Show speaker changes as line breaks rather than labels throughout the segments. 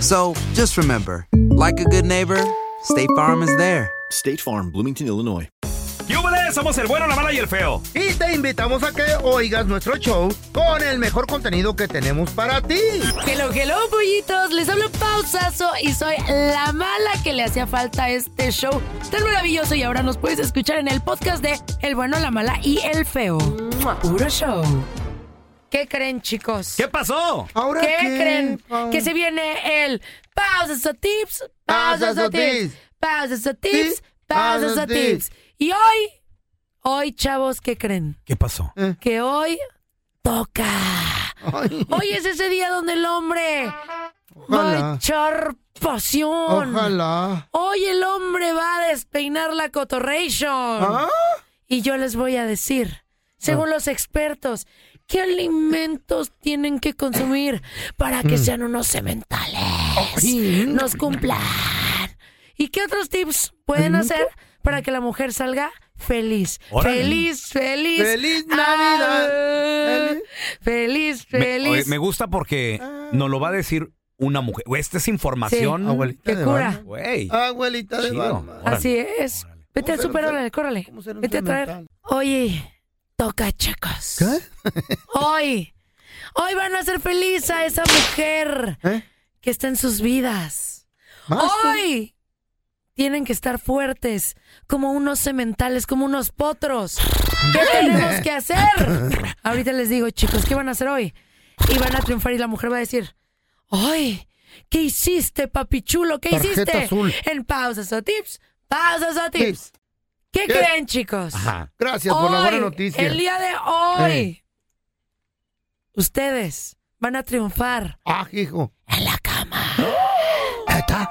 So just remember, like a good neighbor, State Farm is there.
State Farm, Bloomington, Illinois.
¡Yúbele! Somos el bueno, la mala y el feo.
Y te invitamos a que oigas nuestro show con el mejor contenido que tenemos para ti.
Hello, hello, pollitos. Les hablo pausazo y soy la mala que le hacía falta a este show tan maravilloso. Y ahora nos puedes escuchar en el podcast de El bueno, la mala y el feo. ¡Mua! Puro show. ¿Qué creen, chicos?
¿Qué pasó?
Ahora
¿Qué
que-
creen?
pa-
Que se viene el Pausazo Tips, Pausazo
Pausazo
Tips,
Tips,
Pausazo
Tips,
Tips, Pausazo
Pausazo
Tips.
Tips.
Y hoy, hoy, chavos, ¿qué creen?
¿Qué pasó?
Que hoy toca.
Ay,
Hoy es ese día donde el hombre va a
Ojalá.
echar pasión.
Ojalá.
Hoy el hombre va a despeinar la cotorration.
¿Ah?
Y yo les voy a decir, según los expertos, qué alimentos tienen que consumir para
Mm.
que sean unos cementales, nos cumplan. ¿Y qué otros tips pueden hacer para que la mujer salga feliz?
Órale.
Feliz, feliz.
Feliz Navidad.
Ah, Feliz,
Me, oye,
feliz.
me gusta porque
Ah.
nos lo va a decir una mujer. Güey, Esta es información.
Sí.
Abuelita
Que
de
cura.
Batman.
Güey.
Abuelita de
Chido.
Batman.
Órale.
Así es. Vete a
¿Cómo ser un
superar,
ser-
córrele.
¿Cómo ser un
Vete a
ser
traer.
mental?
Oye, toca, chicos. Hoy. Hoy van a hacer feliz a esa mujer
¿Eh?
que está en sus vidas.
¿Más?
Hoy tienen que estar fuertes, como unos cementales, como unos potros. ¿Qué tenemos que hacer? Ahorita les digo, chicos, ¿qué van a hacer hoy? Y van a triunfar y la mujer va a decir, ¡ay! ¿Qué hiciste, papi chulo? ¿Qué
Tarjeta
hiciste?
azul.
En pausas o tips, pausas o tips.
Tips.
¿Qué, creen, chicos?
Ajá.
Gracias por la buena
Hoy,
noticia.
El día de hoy,
Ey.
ustedes van a triunfar
Ah, hijo.
en la cama,
¿Está?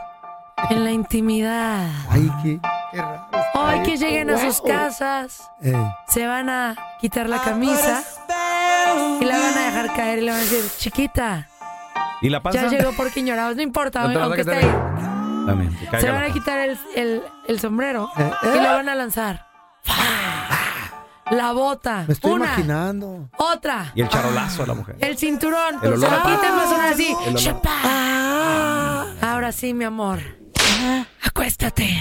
en la intimidad.
Ay, qué, qué raro.
Hoy que lleguen a sus casas,
Eh,
se van a quitar la camisa y la van a dejar caer y le van a decir, chiquita,
¿Y la panza?
ya llegó por quiñorados, no importa,
No te vas a
aunque esté
quitar
ahí.
el- También, que
Se
caiga
van a
la-
quitar el, el- el sombrero
Eh,
y
eh.
lo van a lanzar. La bota.
me estoy
una,
imaginando.
otra.
Y el charolazo a la mujer.
El cinturón.
El olor a
Aquí te
pata.
emociona así.
El olor.
Shapa. Ahora sí, mi amor.
Ah.
Acuéstate.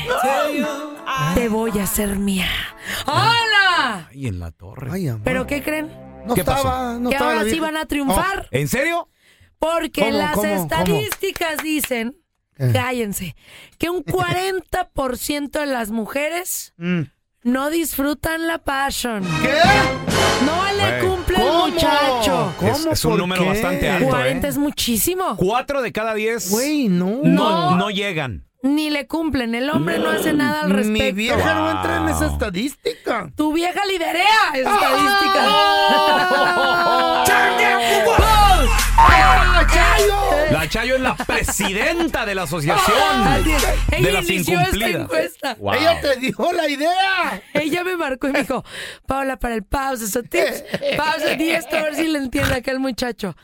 Te voy a hacer mía. ¡Hola!
Ay, en la torre.
Ay, amor.
¿Pero qué creen?
no
¿qué
estaba,
pasó?
no
que
estaba.
ahora
la
sí
vieja. Oh.
van a triunfar.
¿En serio?
Porque
¿Cómo,
las
cómo,
estadísticas dicen,
Eh.
cállense, que un 40% de las mujeres
Mm.
no disfrutan la passion.
¿Qué?
No le
Güey.
cumple
¿Cómo?
el muchacho.
Es-
¿Cómo?
es un
¿Por
número
qué?
bastante alto.
¿40
¿eh?
es muchísimo?
Cuatro de cada diez
Güey, no.
no, no llegan.
Ni le cumplen. El hombre no hace nada al
Mi
respecto.
vieja no entra en esa estadística.
Tu vieja liderea esa estadística.
La Chayo es la presidenta de la asociación.
Así es.
de
Ah, Ella
las
inició esta
incumplidas.
encuesta.
Wow.
Ella te dio la idea.
Ella me marcó y me dijo, Paula, para el pausa, esos tips, pausa, y esto, a ver si le entiende aquel muchacho.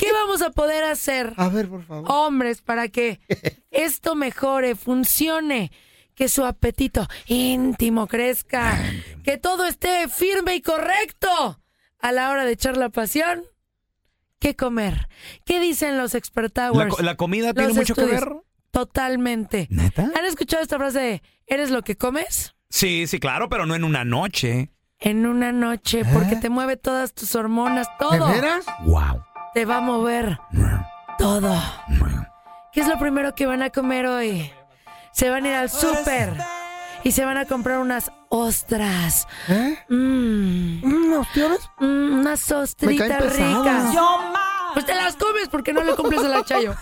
¿Qué vamos a poder hacer
A ver, por favor.
hombres, para que esto mejore, funcione. que su apetito íntimo crezca, que todo esté firme y correcto a la hora de echar la pasión. ¿Qué comer? ¿Qué dicen los expert
La,
hours?
co- la comida tiene
Los
mucho
estudios.
que ver.
Totalmente.
¿Neta?
¿Han escuchado esta frase de ¿eres lo que comes?
Sí, sí, claro, pero no en una noche.
En una noche, porque te mueve todas tus hormonas,
¿Eh? ¿De
todo.
veras?
Wow.
Te va a mover todo. ¿Qué es lo primero que van a comer hoy? Se van a ir al súper y se van a comprar unas ostras.
¿Eh?
Mm,
Mm, ¿Opciones?
mm, unas ostritas
pesadas.
ricas. Pues te las comes porque no le cumples a la Chayo.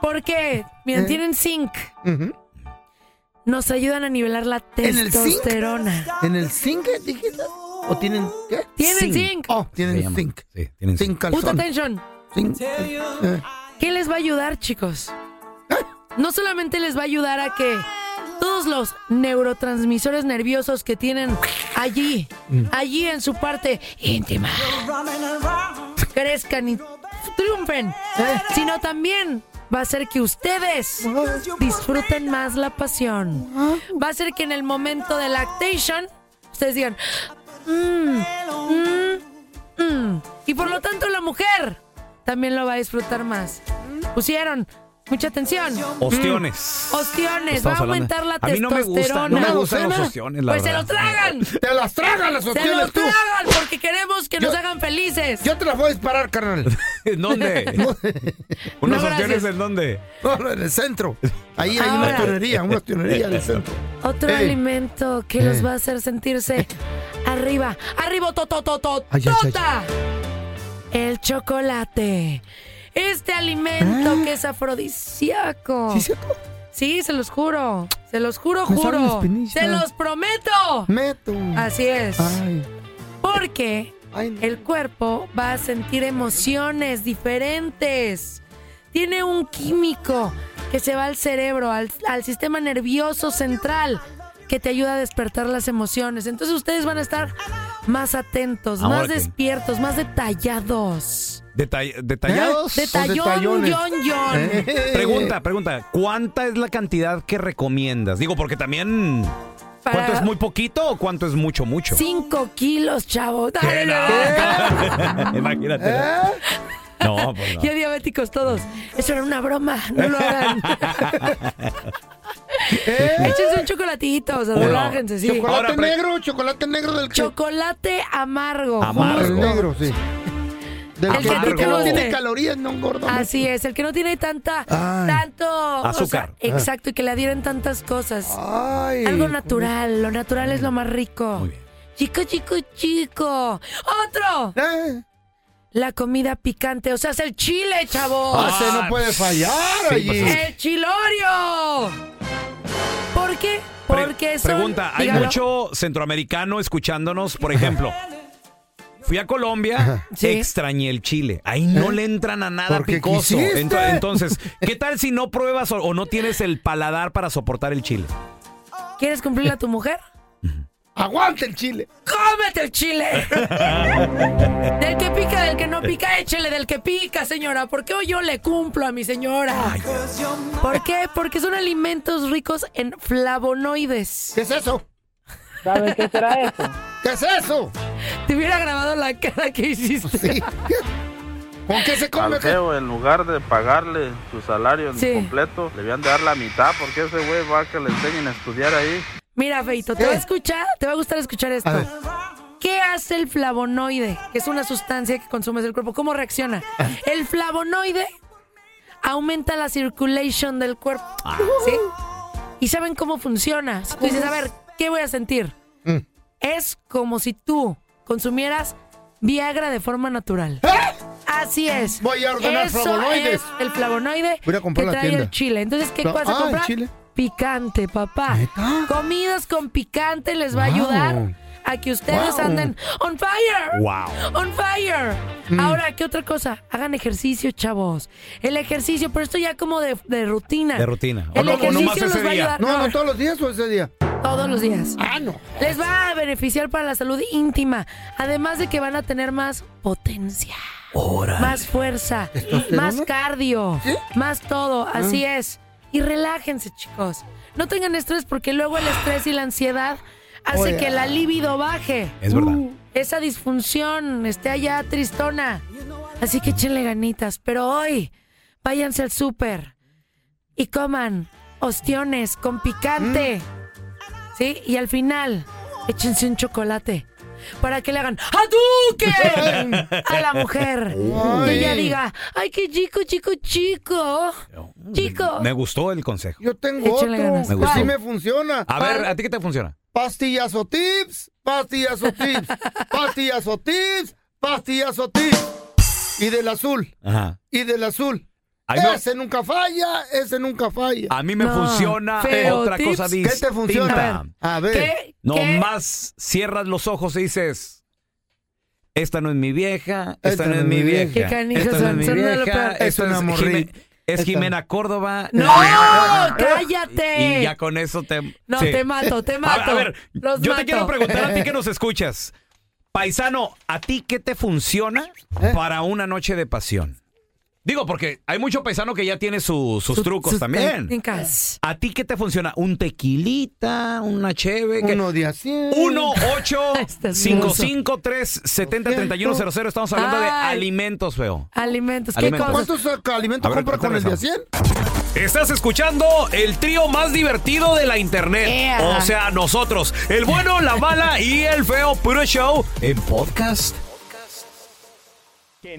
¿Por qué?
¿Eh?
Miren, tienen zinc.
Ujú.
Nos ayudan a nivelar la
¿En el zinc?
testosterona.
¿En el zinc dijiste? ¿O tienen qué?
Tienen
Zinc.
zinc.
Oh,
Se
tienen
llama.
zinc.
Sí, tienen
Zinc
Puta
calzón.
atención.
Zinc. Eh,
¿Qué les va a ayudar, chicos? No solamente les va a ayudar a que todos los neurotransmisores nerviosos que tienen allí,
Mm.
allí en su parte íntima, crezcan y triunfen,
¿Eh?
sino también va a hacer que ustedes disfruten más la pasión.
Ah.
Va a hacer que en el momento de lactation ustedes digan, "Mm, mm, mm". y por lo tanto la mujer también lo va a disfrutar más. Pusieron mucha atención. Mm.
Ostiones.
Ostiones,
Estamos
va a aumentar
hablando-
la
A mí no me
testosterona.
gusta, no me gustan
¿Docena?
los ostiones, la
Pues se
verdad.
lo tragan.
Te las tragan las
Se lo
opciones tú.
tragan porque queremos que nos
Yo-
hagan felices.
Yo te las voy a disparar, carnal.
¿En dónde? ¿Unos
No,
ostiones
gracias.
en dónde?
No, en el centro. Ahí hay
Ahora.
una tionería, una tionería del centro.
Otro
Eh.
alimento que los va a hacer sentirse arriba, arriba, to, to, to, to,
Ay, ay, ay,
tota. El chocolate. Este alimento que es afrodisíaco.
Ah. ¿Sí es cierto?
Sí, se los juro. Se los juro,
Me salen
juro.
espinillas.
Se los prometo.
Meto.
Así es.
Ay,
Porque
ay, no.
el cuerpo va a sentir emociones diferentes. Tiene un químico que se va al cerebro, al, al sistema nervioso central, que te ayuda a despertar las emociones. Entonces ustedes van a estar más atentos,
Ahora
más
que-
despiertos, más detallados.
Detall- ¿Detallados?
¿Eh?
Detallón,
detallones.
yon, yon.
Eh.
Pregunta, pregunta. ¿Cuánta es la cantidad que recomiendas? Digo, porque también... ¿Cuánto
Para-
es muy poquito o cuánto es mucho, mucho?
Cinco kilos, chavo. Dale, no.
Imagínate.
Eh.
No, pues no.
Ya diabéticos todos. Eso era una broma, no lo hagan. Échense un chocolatito, o sea,
Uno.
relájense, sí.
Chocolate
Ahora, pre-
negro, chocolate negro del que-
Chocolate amargo.
Amargo.
El negro, sí. Del
El
que,
que
del que no
te
tiene
guste.
calorías, no gordo. no.
Así es, el que no tiene tanta,
Ay.
tanto o
Azúcar.
sea, Ah. exacto, y que le adhieren tantas cosas.
Ay.
Algo natural, lo natural es lo más rico. Chico, chico, chico. Otro.
Eh,
La comida picante, o sea, es el chile, chavo.
Ah, ese no puede fallar
Ah, sí,
allí.
pues,
¡El chilorio! ¿Por qué?
Pre-
Porque son...
Pregunta, hay
dígalo.
mucho centroamericano escuchándonos, por ejemplo. Fui a Colombia,
Sí.
extrañé el chile. Ahí no le entran a nada
¿Eh? ¿Por qué
picoso.
quisiste?
Ento- entonces, ¿qué tal si no pruebas o, o no tienes el paladar para soportar el chile?
¿Quieres cumplirle a tu mujer?
Aguante el chile.
¡Cómete el chile! del que pica, del que no pica, échele del que pica, señora. ¿Por qué hoy yo le cumplo a mi señora? ¿Por qué? Porque son alimentos ricos en flavonoides.
¿Qué es eso?
¿Sabes qué será eso?
¿Qué es eso?
Te hubiera grabado la cara que hiciste.
Sí. ¿Con qué se come?
Al feo, en lugar de pagarle su salario en
Sí.
completo, le debían de dar la mitad porque ese güey va a que le enseñen a estudiar ahí.
Mira, Feito, te va a
¿Eh?
escuchar, te va a gustar escuchar esto.
A ver.
¿Qué hace el flavonoide? Que es una sustancia que consumes el cuerpo. ¿Cómo reacciona? El flavonoide aumenta la circulation del cuerpo.
Ah.
¿Sí? ¿Y saben cómo funciona? Si tú dices, a ver, ¿qué voy a sentir?
Mm.
Es como si tú consumieras Viagra de forma natural. Así es.
¿Eh? Voy a ordenar
Eso
flavonoides.
es el flavonoide
Voy a
que
comprar la
trae
tienda.
el chile. Entonces, ¿qué
Fla-
vas a
Ah, el
comprar?
chile.
Picante, papá.
¿Neta?
Comidas con picante les va a
Wow.
ayudar a que ustedes
Wow.
anden on fire.
Wow. Mm.
On fire. Ahora, ¿qué otra cosa? Hagan ejercicio, chavos. El ejercicio, pero esto ya como de, de rutina.
De rutina. O
El
no- o
ejercicio
nomás
los
ese
va a
día.
ayudar.
No,
No,
no todos los días o ese día.
todos los días.
Ah, no.
Les va a beneficiar para la salud íntima. Además de que van a tener más potencia. Más fuerza.
¿Testosterona?
Más cardio. Más todo. Así es. Y relájense, chicos. No tengan estrés porque luego el estrés y la ansiedad hace
Oye.
que la libido baje. Uh,
Es verdad.
Esa disfunción esté allá tristona. Así que échenle ganitas. Pero hoy, váyanse al súper y coman ostiones con picante.
Mm.
¿Sí? Y al final, échense un chocolate. Para que le hagan ¡Hadouken! a la mujer.
Uy.
Que ella diga, ¡ay, qué chico, chico, chico! Chico.
Me gustó el consejo.
Yo Ah. tengo
Échale ganas. Me
otro.
gustó.
Así me funciona.
A ver, ¿a ti qué te funciona?
Pastillas o tips, pastillas o tips, pastillas o tips, pastillas o tips. Y del azul,
Ajá.
y del azul.
Ay, no.
Ese nunca falla, ese nunca falla.
A mí me funciona eh, otra cosa
¿Qué
distinta.
te funciona? A ver.
Nomás cierras los ojos y dices, esta no es mi vieja, esta, no es mi vieja.
Qué canijos
esta no es
son,
mi
son de lo
vieja,
peor.
esta
Es una
Jime-
morrita.
es Jimena Córdoba.
¡No! ¡Cállate!
Y ya con eso te...
No,
sí.
te mato, te
A-
mato.
A ver,
Los
yo
mato.
te quiero preguntar a ti que nos escuchas. Paisano, ¿a ti qué te funciona para una noche de pasión? Digo, porque hay mucho paisano que ya tiene su- sus
Sus-
trucos
sus
también.
técnicas.
¿A ti qué te funciona? ¿Un tequilita? ¿Una cheve? ¿Qué-
Uno de a cien.
1 8
Este
5
hermoso.
5 3 70 31 00 Estamos hablando de
Ay.
alimentos, feo.
Alimentos, ¿qué
Alimentos.
cosas?
¿Cuántos eh, alimentos
A ver,
compra con el
ahorita
de a 100?
Estás escuchando el trío más divertido de la internet.
Ea.
O sea, nosotros, el bueno, la mala y el feo puro show en podcast.
Que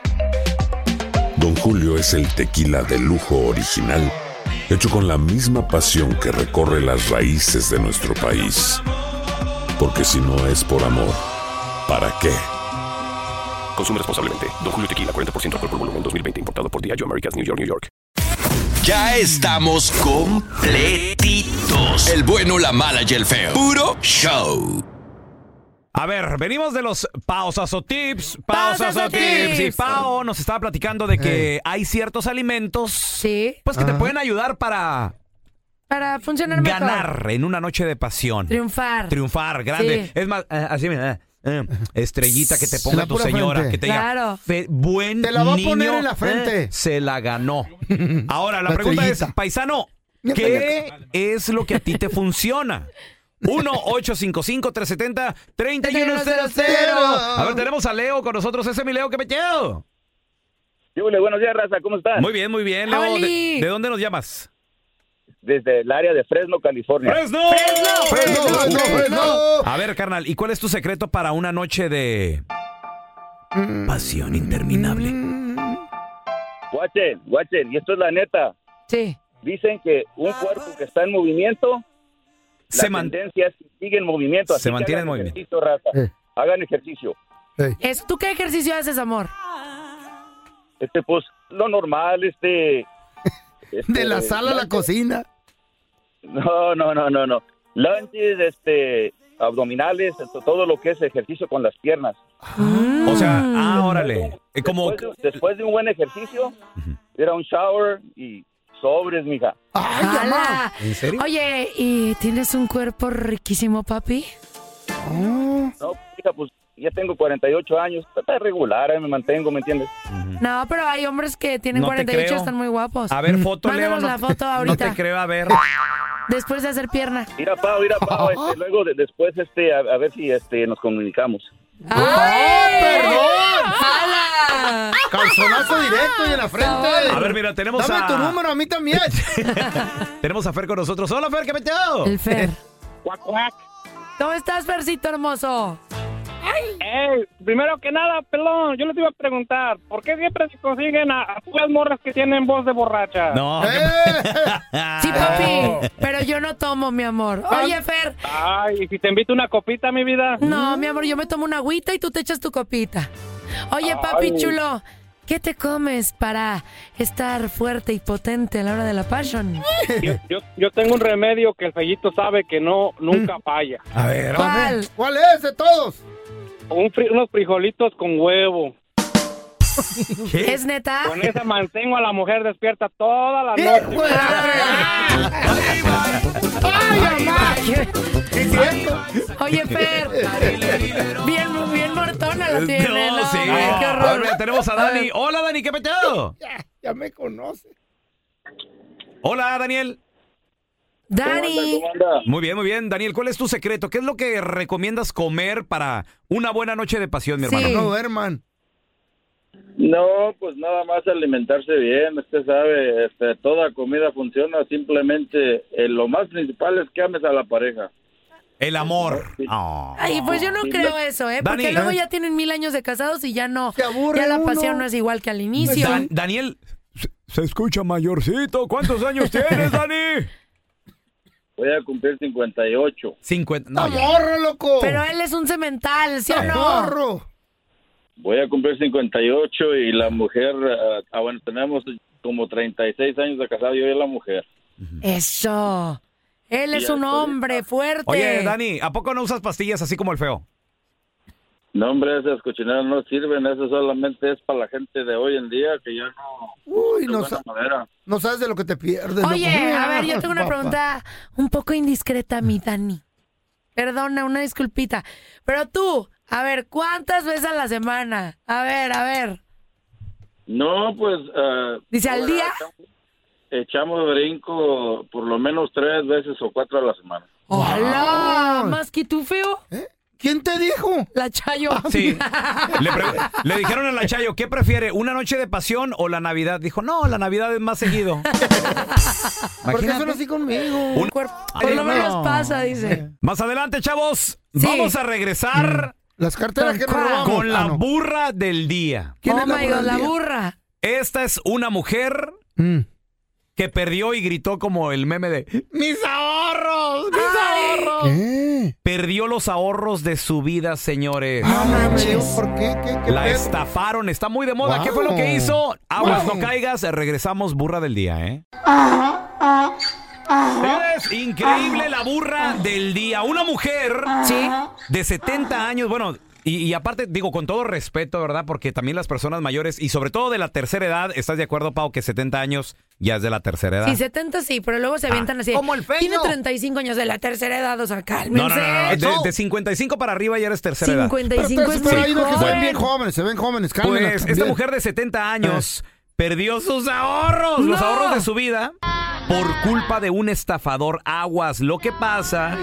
Don Julio es el tequila de lujo original, hecho con la misma pasión que recorre las raíces de nuestro país. Porque si no es por amor, ¿para qué?
Consume responsablemente. Don Julio Tequila 40% alcohol por volumen 2020 importado por Diageo Americas New York New York.
Ya estamos completitos. El bueno, la mala y el feo. Puro show.
A ver, venimos de los pausas o tips, pausas o tips. Y Pao nos estaba platicando de que hay ciertos alimentos pues que te
Ajá.
pueden ayudar para
Para funcionar mejor.
ganar en una noche de pasión.
Triunfar.
Triunfar, grande.
Sí.
Es más, eh, así mira. eh, estrellita que te ponga
la
tu
pura
señora,
frente.
que te diga,
Claro.
"Fe- buen
Te la va a
niño,
poner en la frente".
eh, se la ganó. Ahora, la,
La
pregunta es,
estrellita.
paisano,
Ya está,
¿qué
ya
es lo que a ti te funciona? 1-855-370-3100. A ver, tenemos a Leo con nosotros. Ese es mi Leo, que me llevo.
buenos días, Raza, ¿cómo estás?
Muy bien, muy bien, Leo. ¿De,
¡Oli!
de dónde nos llamas?
Desde el área de Fresno, California.
¡Fresno!
¡Fresno! ¡Fresno!
A ver, carnal, ¿y cuál es tu secreto para una noche de
Mm.
pasión interminable?
Guachen, guachen, y esto es la neta.
Sí.
Dicen que un cuerpo que está en movimiento,
Se
la
man-
tendencia es que sigue en movimiento. así
Se
que
mantiene
hagan
en movimiento.
ejercicio, Raza. Hagan ejercicio.
Es- ¿Tú qué ejercicio haces, amor?
Este, pues, lo normal, este... este,
De la sala a la cocina.
No, no, no, no, no. Lunges, este, abdominales, esto, todo lo que es ejercicio con las piernas.
O sea, ah, órale. Eh, Como,
Después de, después de un buen ejercicio, era un shower y sobres, mija.
¡Hala!
¿En serio?
Oye, ¿y tienes un cuerpo riquísimo, papi?
Oh.
No, hija, pues ya tengo 48 años, está regular, ahí me mantengo, ¿me entiendes?
No, pero hay hombres que tienen
No te
48 y
creo.
están muy guapos.
A ver, foto,
Mándanos
Leo, no
la
te-
foto
no
ahorita.
te creo, a ver.
Después de hacer pierna.
Ir a Pau, ir a Pau. este, luego, de- después, este, a, a ver si este, nos comunicamos.
perdón! Calzonazo directo y en la frente.
A ver, mira, tenemos
Dame
a-
tu número, a mí también.
Tenemos a Fer con nosotros. Hola, Fer, ¿qué metió?
El Fer. ¿Cómo estás, Fercito hermoso?
Ey, Eh, primero que nada, pelón, yo les iba a preguntar, ¿por qué siempre se consiguen a, a puras morras que tienen voz de borracha?
No.
Sí, papi, pero yo no tomo, mi amor. Oye, Fer,
Ay, ¿y si te invito una copita, mi vida?
Mm.
no, mi amor, yo me tomo una agüita y tú te echas tu copita. Oye, papi
Ay.
chulo, ¿qué te comes para estar fuerte y potente a la hora de la passion?
Yo, yo, yo tengo un remedio que el fellito sabe que no, nunca falla.
Mm. A ver,
¿Cuál? ¿Cuál es de todos?
Un fri- unos frijolitos con huevo.
¿Es neta?
Con esa mantengo a la mujer despierta toda la noche.
Pues,
Ah, Oye, Fer, bien, bien mortona la tiene,
No,
¿no?
sí.
Ay, qué
A ver,
horror.
mira, tenemos a
A
Dani.
ver.
Hola, Dani, ¿qué metió?
Ya me conoce.
Hola, Daniel.
Dani.
Muy bien, muy bien. Daniel, ¿cuál es tu secreto? ¿Qué es lo que recomiendas comer para una buena noche de pasión, mi hermano?
No duerman.
No, pues nada más alimentarse bien, usted sabe, este, toda comida funciona, simplemente eh, lo más principal es que ames a la pareja.
El amor. Ah.
Ay, pues yo no creo eso, ¿eh? Porque
Dani.
luego ya tienen mil años de casados y ya no. ya la
uno.
pasión no es igual que al inicio.
Dan- Daniel, se, se escucha mayorcito. ¿Cuántos años tienes, Dani?
Voy a cumplir 58.
50.
No, morro, loco.
Pero él es un cemental, ¿sí o no?
Morro.
Voy a cumplir 58 y la mujer, ah, ah, bueno, tenemos como 36 años de casado, yo y la mujer.
Eso. Él es
Ya
un
estoy-
hombre fuerte.
Oye, Dani, ¿a poco no usas pastillas así como el feo?
No, hombre, esas cochineras no sirven, eso solamente es para la gente de hoy en día que ya no...
Uy,
de
no,
buena
sa-
manera.
no sabes de lo que te pierdes.
Oye,
loco.
a ver, yo tengo una
pues, Papá.
pregunta un poco indiscreta, mi Dani. Perdona, una disculpita. Pero tú, a ver, ¿cuántas veces a la semana? A ver, a ver.
No, pues... ah,
Dice, ¿al día?
Echamos brinco por lo menos tres veces o cuatro a la semana.
¡Hola! ¿Más que tú, feo?
¿Eh? ¿Quién te dijo? Ah,
La Chayo.
Sí. Le, pre- le dijeron a la Chayo, ¿qué prefiere, una noche de pasión o la Navidad? Dijo, no, la Navidad es más seguido.
¿Por qué
Imagínate.
son así conmigo?
Un-
Por lo
Ay,
menos
no.
pasa, dice.
Más adelante, chavos,
Sí.
vamos a regresar
Las carteras que
¿Con
robamos.
con la
Ah, no.
burra del día.
¿Quién
oh
es la
my
burra
God,
del
la
día?
burra.
Esta es una mujer
Mm.
que perdió y gritó como el meme de ¡Mis ahorros! ¡Mis ahorros!
¿Qué?
Perdió los ahorros de su vida, señores.
Ah, no me digas, ¿Por qué? ¿Qué, qué
La
pedo?
estafaron, está muy de moda.
Wow.
¿Qué fue lo que hizo? Aguas,
Wow.
no caigas. Regresamos, burra del día, ¿eh? Señores, increíble la burra del día. Una mujer de 70 años, bueno, y, y aparte, digo, con todo respeto, ¿verdad? Porque también las personas mayores, y sobre todo de la tercera edad, ¿estás de acuerdo, Pau, que 70 años ya es de la tercera edad?
Sí, 70 sí, pero luego se
Ah,
avientan así.
como el feo.
Tiene 35 años de la tercera edad, o sea, cálmense.
no, no, no, no, de, de 55 para arriba ya eres tercera edad.
55
Pero,
es
pero hay
muy
unos que se ven
joven.
bien jóvenes, se ven jóvenes, Eh. cálmenlas
Pues esta
también.
mujer de 70 años perdió sus ahorros, los
¡No!
ahorros de su vida, por culpa de un estafador aguas. Lo que pasa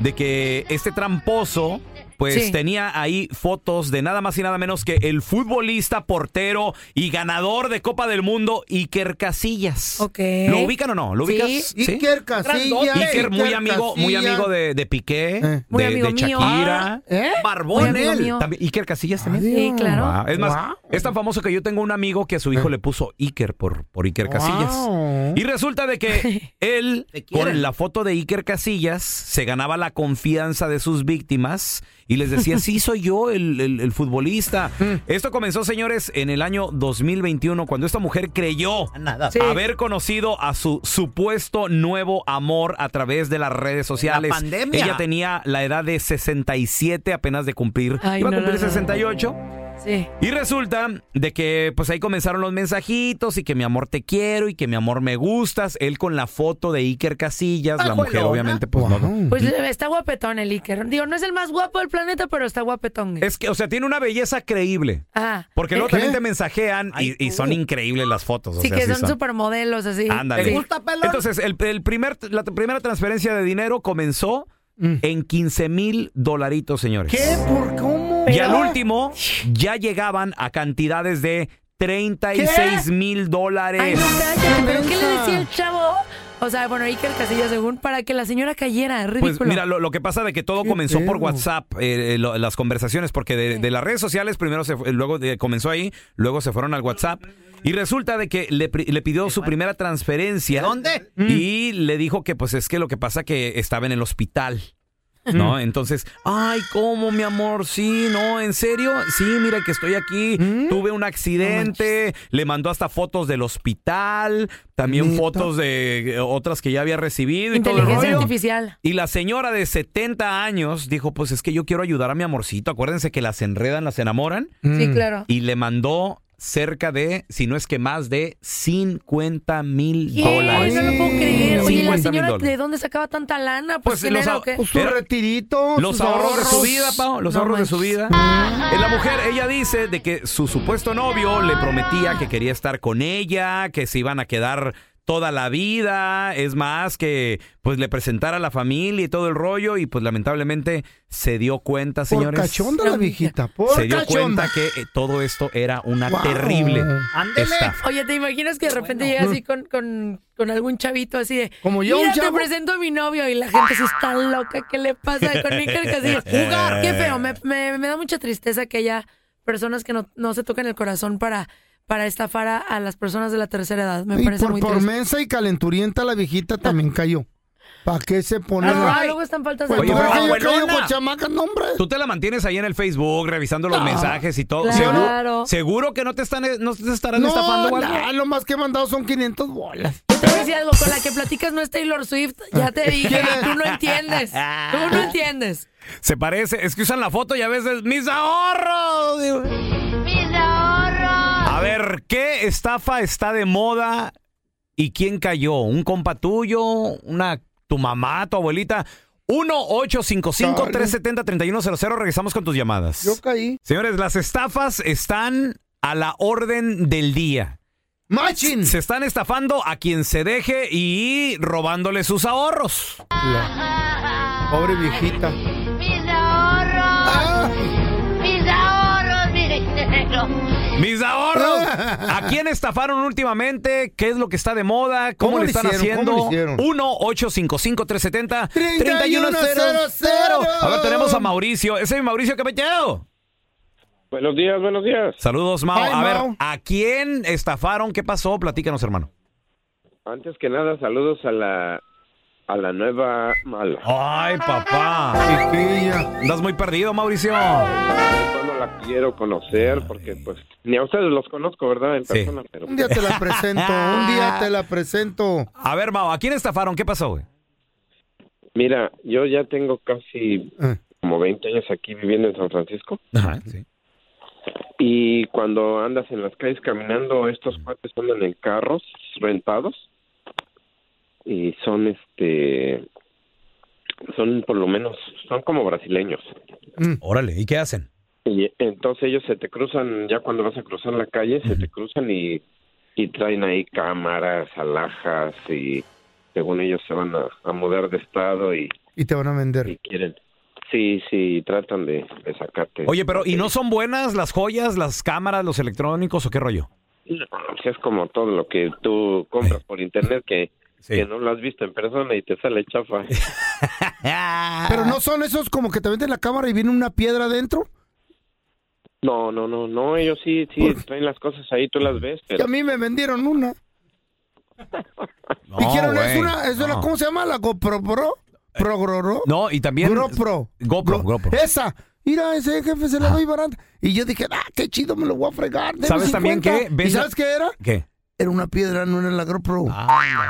de que este tramposo, pues
Sí.
tenía ahí fotos de nada más y nada menos que el futbolista, portero y ganador de Copa del Mundo, Iker Casillas.
Ok.
¿Lo ubican o no? ¿Lo
Sí.
ubicas?
Iker Casillas.
Iker, muy amigo, muy
Casillas.
amigo de, de Piqué, de,
Muy
de
amigo mío. Ah,
Shakira,
¿Eh?
Barbón,
Muy amigo
él.
mío.
También, Iker Casillas también.
Sí, claro.
Ah, es más,
Wow.
es tan famoso que yo tengo un amigo que a su hijo le puso Iker por, por Iker Casillas.
Wow.
Y resulta de que él, con la foto de Iker Casillas, se ganaba la confianza de sus víctimas y les decía, sí, soy yo el, el- el futbolista.
Mm.
Esto comenzó, señores, en el año 2021, cuando esta mujer creyó
Sí.
haber conocido a su supuesto nuevo amor a través de las redes sociales. Ella tenía la edad de 67 apenas de cumplir.
Ay,
Iba a
no,
cumplir
no, no, no.
68.
Sí.
Y resulta de que pues ahí comenzaron los mensajitos y que mi amor te quiero y que mi amor me gustas. Él con la foto de Iker Casillas, la mujer
Guajolona.
obviamente pues no.
Pues eh, está guapetón el Iker. Digo, no es el más guapo del planeta, pero está guapetón. güey.
Es que, o sea, tiene una belleza creíble.
Ah.
Porque luego
Eh,
también te mensajean y, y son increíbles las fotos. o
uh. Sí,
sea,
que
sí
son, supermodelos así.
Ándale.
Sí.
Entonces, el, el primer, la t- primera transferencia de dinero comenzó en 15 mil dolaritos, señores.
¿Qué? ¿Por cómo?
Y al último, ya llegaban a cantidades de 36 mil
Ay,
dólares.
no, cállate, pero ¿qué le
ah.
decía el chavo? O sea, bueno, Iker Castillo, según, para que la señora cayera, es ridículo.
Pues mira, lo, lo que pasa de que todo comenzó por
pedo?
WhatsApp, eh, eh, lo- las conversaciones, porque de, de las redes sociales primero se, fue- luego de- comenzó ahí, luego se fueron al WhatsApp. Y resulta de que le, pri- le pidió su primera transferencia.
¿Dónde?
Y
Mm.
le dijo que pues es que lo que pasa que estaba en el hospital.
Mm.
¿No? Entonces, ay, ¿cómo, mi amor? Sí, no, ¿en serio? Sí, mira que estoy aquí.
Mm.
Tuve un accidente. le mandó hasta fotos del hospital. También fotos de eh, otras que ya había recibido y todo el
Inteligencia
rollo.
artificial.
Y la señora de 70 años dijo, pues es que yo quiero ayudar a mi amorcito. Acuérdense que las enredan, las enamoran.
Sí, claro.
Y le mandó cerca de, si no es que más de 50 mil
¿Qué?
dólares.
No lo puedo creer. Oye, ¿y la
50,000
señora
dólares.
de dónde sacaba tanta lana?
Pues,
Pues, ¿quién
los
era
ahor-
o qué?
Pues, su Era-
retirito. pues,
Los ahorros de su vida, Pau, los ahorros de su vida. Eh, La mujer, ella dice de que su supuesto novio le prometía que quería estar con ella, que se iban a quedar toda la vida, es más que pues le presentara a la familia y todo el rollo y pues lamentablemente se dio cuenta,
Por
señores.
cachonda la viejita, por
se dio cuenta
cachonda.
que eh, todo esto era una
Wow.
terrible
Ándele.
estafa.
Oye, ¿te imaginas que de repente llega así con, con, con algún chavito así de.
Como yo, un
Mira, te
chavo".
presento a mi novio y la gente se está loca. ¿Qué le pasa con Iker Casillas?
Jugar.
Qué feo. Me, me- me da mucha tristeza que haya personas que no, no se tocan el corazón para, para estafar a, a las personas de la tercera edad. Me
Y
parece
por
muy triste.
tormenza y calenturienta la viejita también cayó. ¿Para qué se pone?
Ah,
la-
luego están faltas de
Pues,
Oye,
¿por
pero
qué yo
abuelona.
caigo con chamacas? No, hombre.
Tú te la mantienes ahí en el Facebook revisando los
No,
mensajes y todo. ¿Seguro,
claro.
seguro que no te están no te estarán estafando o
No,
algo?
nah, lo más que he mandado son 500 bolas.
Yo te voy a decir algo, con la que platicas no es Taylor Swift, ya te dije,
¿Quién es?
tú no entiendes, tú no entiendes.
Se parece, es que usan la foto y a veces mis ahorros. digo. A ver, ¿qué estafa está de moda y quién cayó? ¿Un compa tuyo? ¿Una tu mamá, tu abuelita? 1-855-370-3100. Regresamos con tus llamadas.
Yo caí.
Señores, las estafas están a la orden del día.
Machin.
Se están estafando a quien se deje y robándole sus ahorros.
Pobre viejita. Ah.
Mis ahorros. ¿A quién estafaron últimamente? ¿Qué es lo que está de moda? ¿Cómo,
¿Cómo
le
le
están
hicieron?
haciendo?
¿Cómo le hicieron?
1-855-370-3100. A ver, tenemos a Mauricio. Ese es Mauricio Capellado.
Buenos días, buenos días.
Saludos, Mau.
Hi,
a ver,
Mau.
¿a quién estafaron? ¿Qué pasó? Platícanos, hermano.
Antes que nada, saludos a la a la nueva mala.
Ay, papá. Andas muy perdido, Mauricio.
Cuando la quiero conocer, porque pues ni a ustedes los conozco, ¿verdad? En persona, pero
Un día te la presento, un día te la presento.
A ver, Mau, ¿a quién estafaron? ¿Qué pasó, güey?
mira, yo ya tengo casi como 20 años aquí viviendo en San Francisco.
Ah. Ajá, sí.
Y cuando andas en las calles caminando, estos cuates andan en carros rentados. Y son este. Son por lo menos. Son como brasileños.
Mm.
Órale, ¿y qué hacen?
Y entonces ellos se te cruzan, ya cuando vas a cruzar la calle, se te cruzan y, y traen ahí cámaras, alhajas y según ellos se van a, a mudar de estado y
Y te van a vender.
quieren. Sí, sí, tratan de, de sacarte.
Oye, pero ¿y no son buenas las joyas, las cámaras, los electrónicos o qué rollo?
No, pues es como todo lo que tú compras por internet que, que no lo has visto en persona y te sale chafa.
Pero no son esos como que te venden la cámara y viene una piedra adentro.
No, no, no, no, ellos sí, sí, traen las cosas ahí, tú las ves,
Y
pero...
a mí me vendieron una.
No,
Dijeron, es
Oh, güey,
una, es una,
no.
¿cómo se llama? La GoPro Pro. Pro, Pro, Pro.
No, y también.
GoPro.
GoPro, GoPro.
Esa. Mira, ese jefe se la doy barata. Y yo dije, ah, qué chido, me lo voy a fregar. deme
Ah. ¿Sabes también
50.
qué? Ven-
¿Y sabes qué era?
¿Qué?
Era una piedra, no era la GoPro.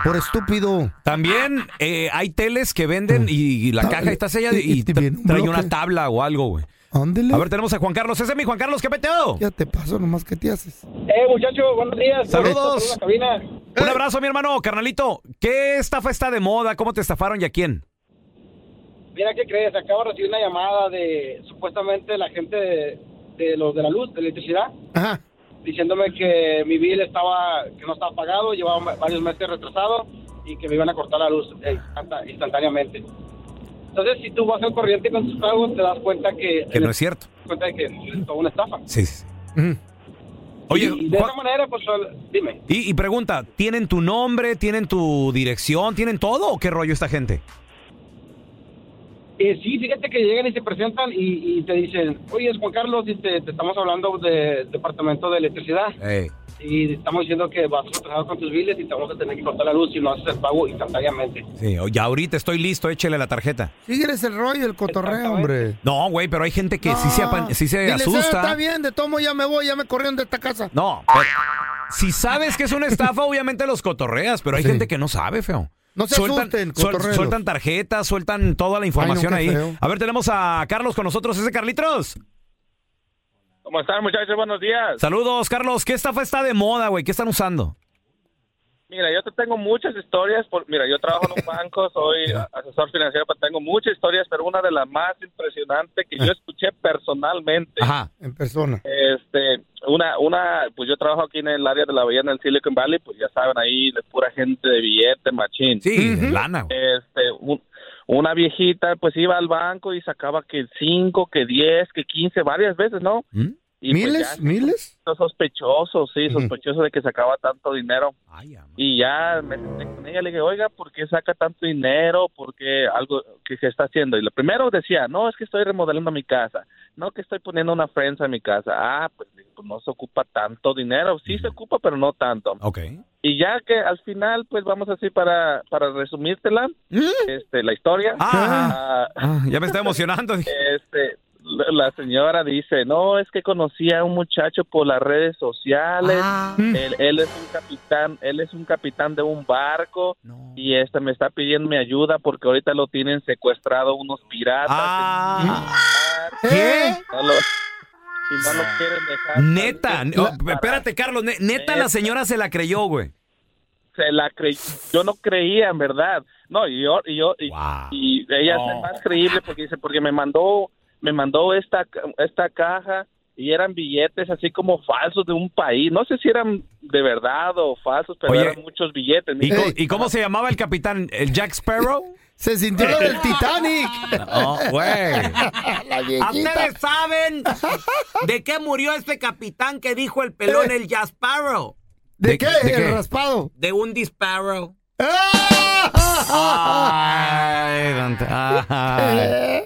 Por estúpido.
Ah, También eh, hay teles que venden y, y la caja está sellada y, tra- trae una tabla o algo, güey. A ver, tenemos a Juan Carlos. Ese es mi Juan Carlos, ¿qué peteo?
Ya te paso nomás que te haces.
Eh, muchachos, buenos días.
Saludos.
Saludos a la cabina.
Un abrazo, mi hermano, carnalito. ¿Qué estafa está de moda? ¿Cómo te estafaron y a quién?
Mira, ¿qué crees? Acabo de recibir una llamada de supuestamente la gente de, de los de la luz, de la electricidad,
Ajá.
diciéndome que mi bill estaba, que no estaba pagado, llevaba ma- varios meses retrasado y que me iban a cortar la luz eh, instanta- instantáneamente. Entonces, si tú vas al corriente con tus pagos, te das cuenta que,
Que no es cierto.
te das cuenta de que es toda una estafa.
Sí, sí. Oye,
Y de esa manera, pues, al- dime.
y, y pregunta, ¿tienen tu nombre? ¿Tienen tu dirección? ¿Tienen todo o qué rollo esta gente?
Eh, sí, fíjate que llegan y se presentan y, y te dicen, oye, es Juan Carlos, y te, te estamos hablando del Departamento de Electricidad y estamos diciendo que vas retrasado con tus biles y te vamos a tener que cortar la luz si no haces el pago instantáneamente.
Sí, o- ya ahorita estoy listo, échele la tarjeta.
Sígueles el rollo, el cotorreo, hombre.
No, güey, pero hay gente que sí se, apan- sí se
Diles, "Ah,
asusta.
Está bien, de tomo ya me voy, ya me corrieron de esta casa.
No, pero si sabes que es una estafa, obviamente los cotorreas, pero hay gente que no sabe, feo.
No se asusten,
suel-
cotorreros.
sueltan tarjetas, sueltan toda la información
qué
ahí.
feo.
A ver, tenemos a Carlos con nosotros, ese Carlitos.
¿Cómo están, muchachos? Buenos días.
Saludos, Carlos. ¿Qué estafa está de moda, güey? ¿Qué están usando?
Mira, yo te tengo muchas historias. Por, mira, yo trabajo en un banco, soy asesor financiero, pero tengo muchas historias, pero una de las más impresionantes que
Eh.
yo escuché personalmente.
Ajá.
En persona.
Eh.
Este, una, una, pues yo trabajo aquí en el área de la bahía en el Silicon Valley, pues ya saben, ahí de pura gente de billete, machín.
Sí, lana.
Este, un- una viejita, pues iba al banco y sacaba que 5, que 10, que 15, varias veces, ¿no? Y pues
¿Miles?
ya-
¿Miles?
sospechoso, sí, sospechoso de que sacaba tanto dinero. Y ya me senté con ella, le dije, oiga, ¿por qué saca tanto dinero? ¿Por qué algo que se está haciendo? Y lo primero decía, no, es que estoy remodelando mi casa, no, que estoy poniendo una prensa en mi casa. Ah, pues, le digo, pues no se ocupa tanto dinero, sí se ocupa, pero no tanto.
Ok.
Y ya que al final, pues vamos así para, para resumírtela, este, la historia. Ah,
¿Mm? Ah, ya me está emocionando.
este, la- la señora dice, no, es que conocí a un muchacho por las redes sociales, él, él es un capitán, él es un capitán de un barco y este me está pidiendo mi ayuda porque ahorita lo tienen secuestrado unos piratas.
¿Qué?
No lo- y no lo quieren dejar.
Neta, ne- oh, espérate, Carlos, ne- neta la señora se la creyó, güey.
se la crey- yo no creía en verdad no y yo y yo y, y ella
No.
es más creíble porque dice porque me mandó me mandó esta ca- esta caja y eran billetes así como falsos de un país no sé si eran de verdad o falsos pero
Oye.
eran muchos billetes
¿Y, co- y cómo se llamaba el capitán? ¿El Jack Sparrow?
Se sintió lo del Titanic.
Oh, güey.
¿Ustedes saben de qué murió este capitán que dijo el pelón el Jasparo?
¿De, qué?
de qué?
El raspado. ¡Eh!
De un disparo.
Ay, don- ay.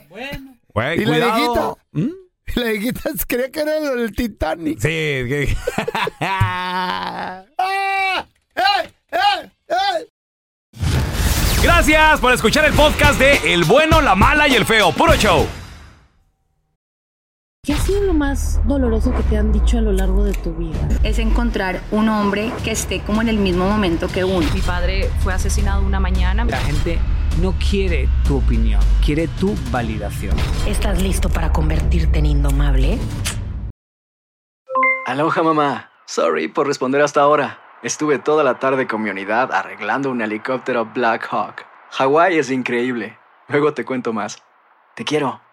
Güey,
¿Y la
cuidado. ¿Mm?
viejita? La viejita creía que era lo del Titanic.
Sí, que-
¡Ah! ¡Eh! ¡Eh! ¡Eh!
Gracias por escuchar el podcast de El bueno, la mala y el feo. Puro show.
¿Qué ha sido lo más doloroso que te han dicho a lo largo de tu vida?
es encontrar un hombre que esté como en el mismo momento que uno. Mi padre fue asesinado una mañana.
La gente no quiere tu opinión, quiere tu validación.
¿Estás listo para convertirte en indomable?
Aloha mamá. Sorry por responder hasta ahora. Estuve toda la tarde con mi unidad arreglando un helicóptero Black Hawk. Hawái es increíble. Luego te cuento más. Te quiero.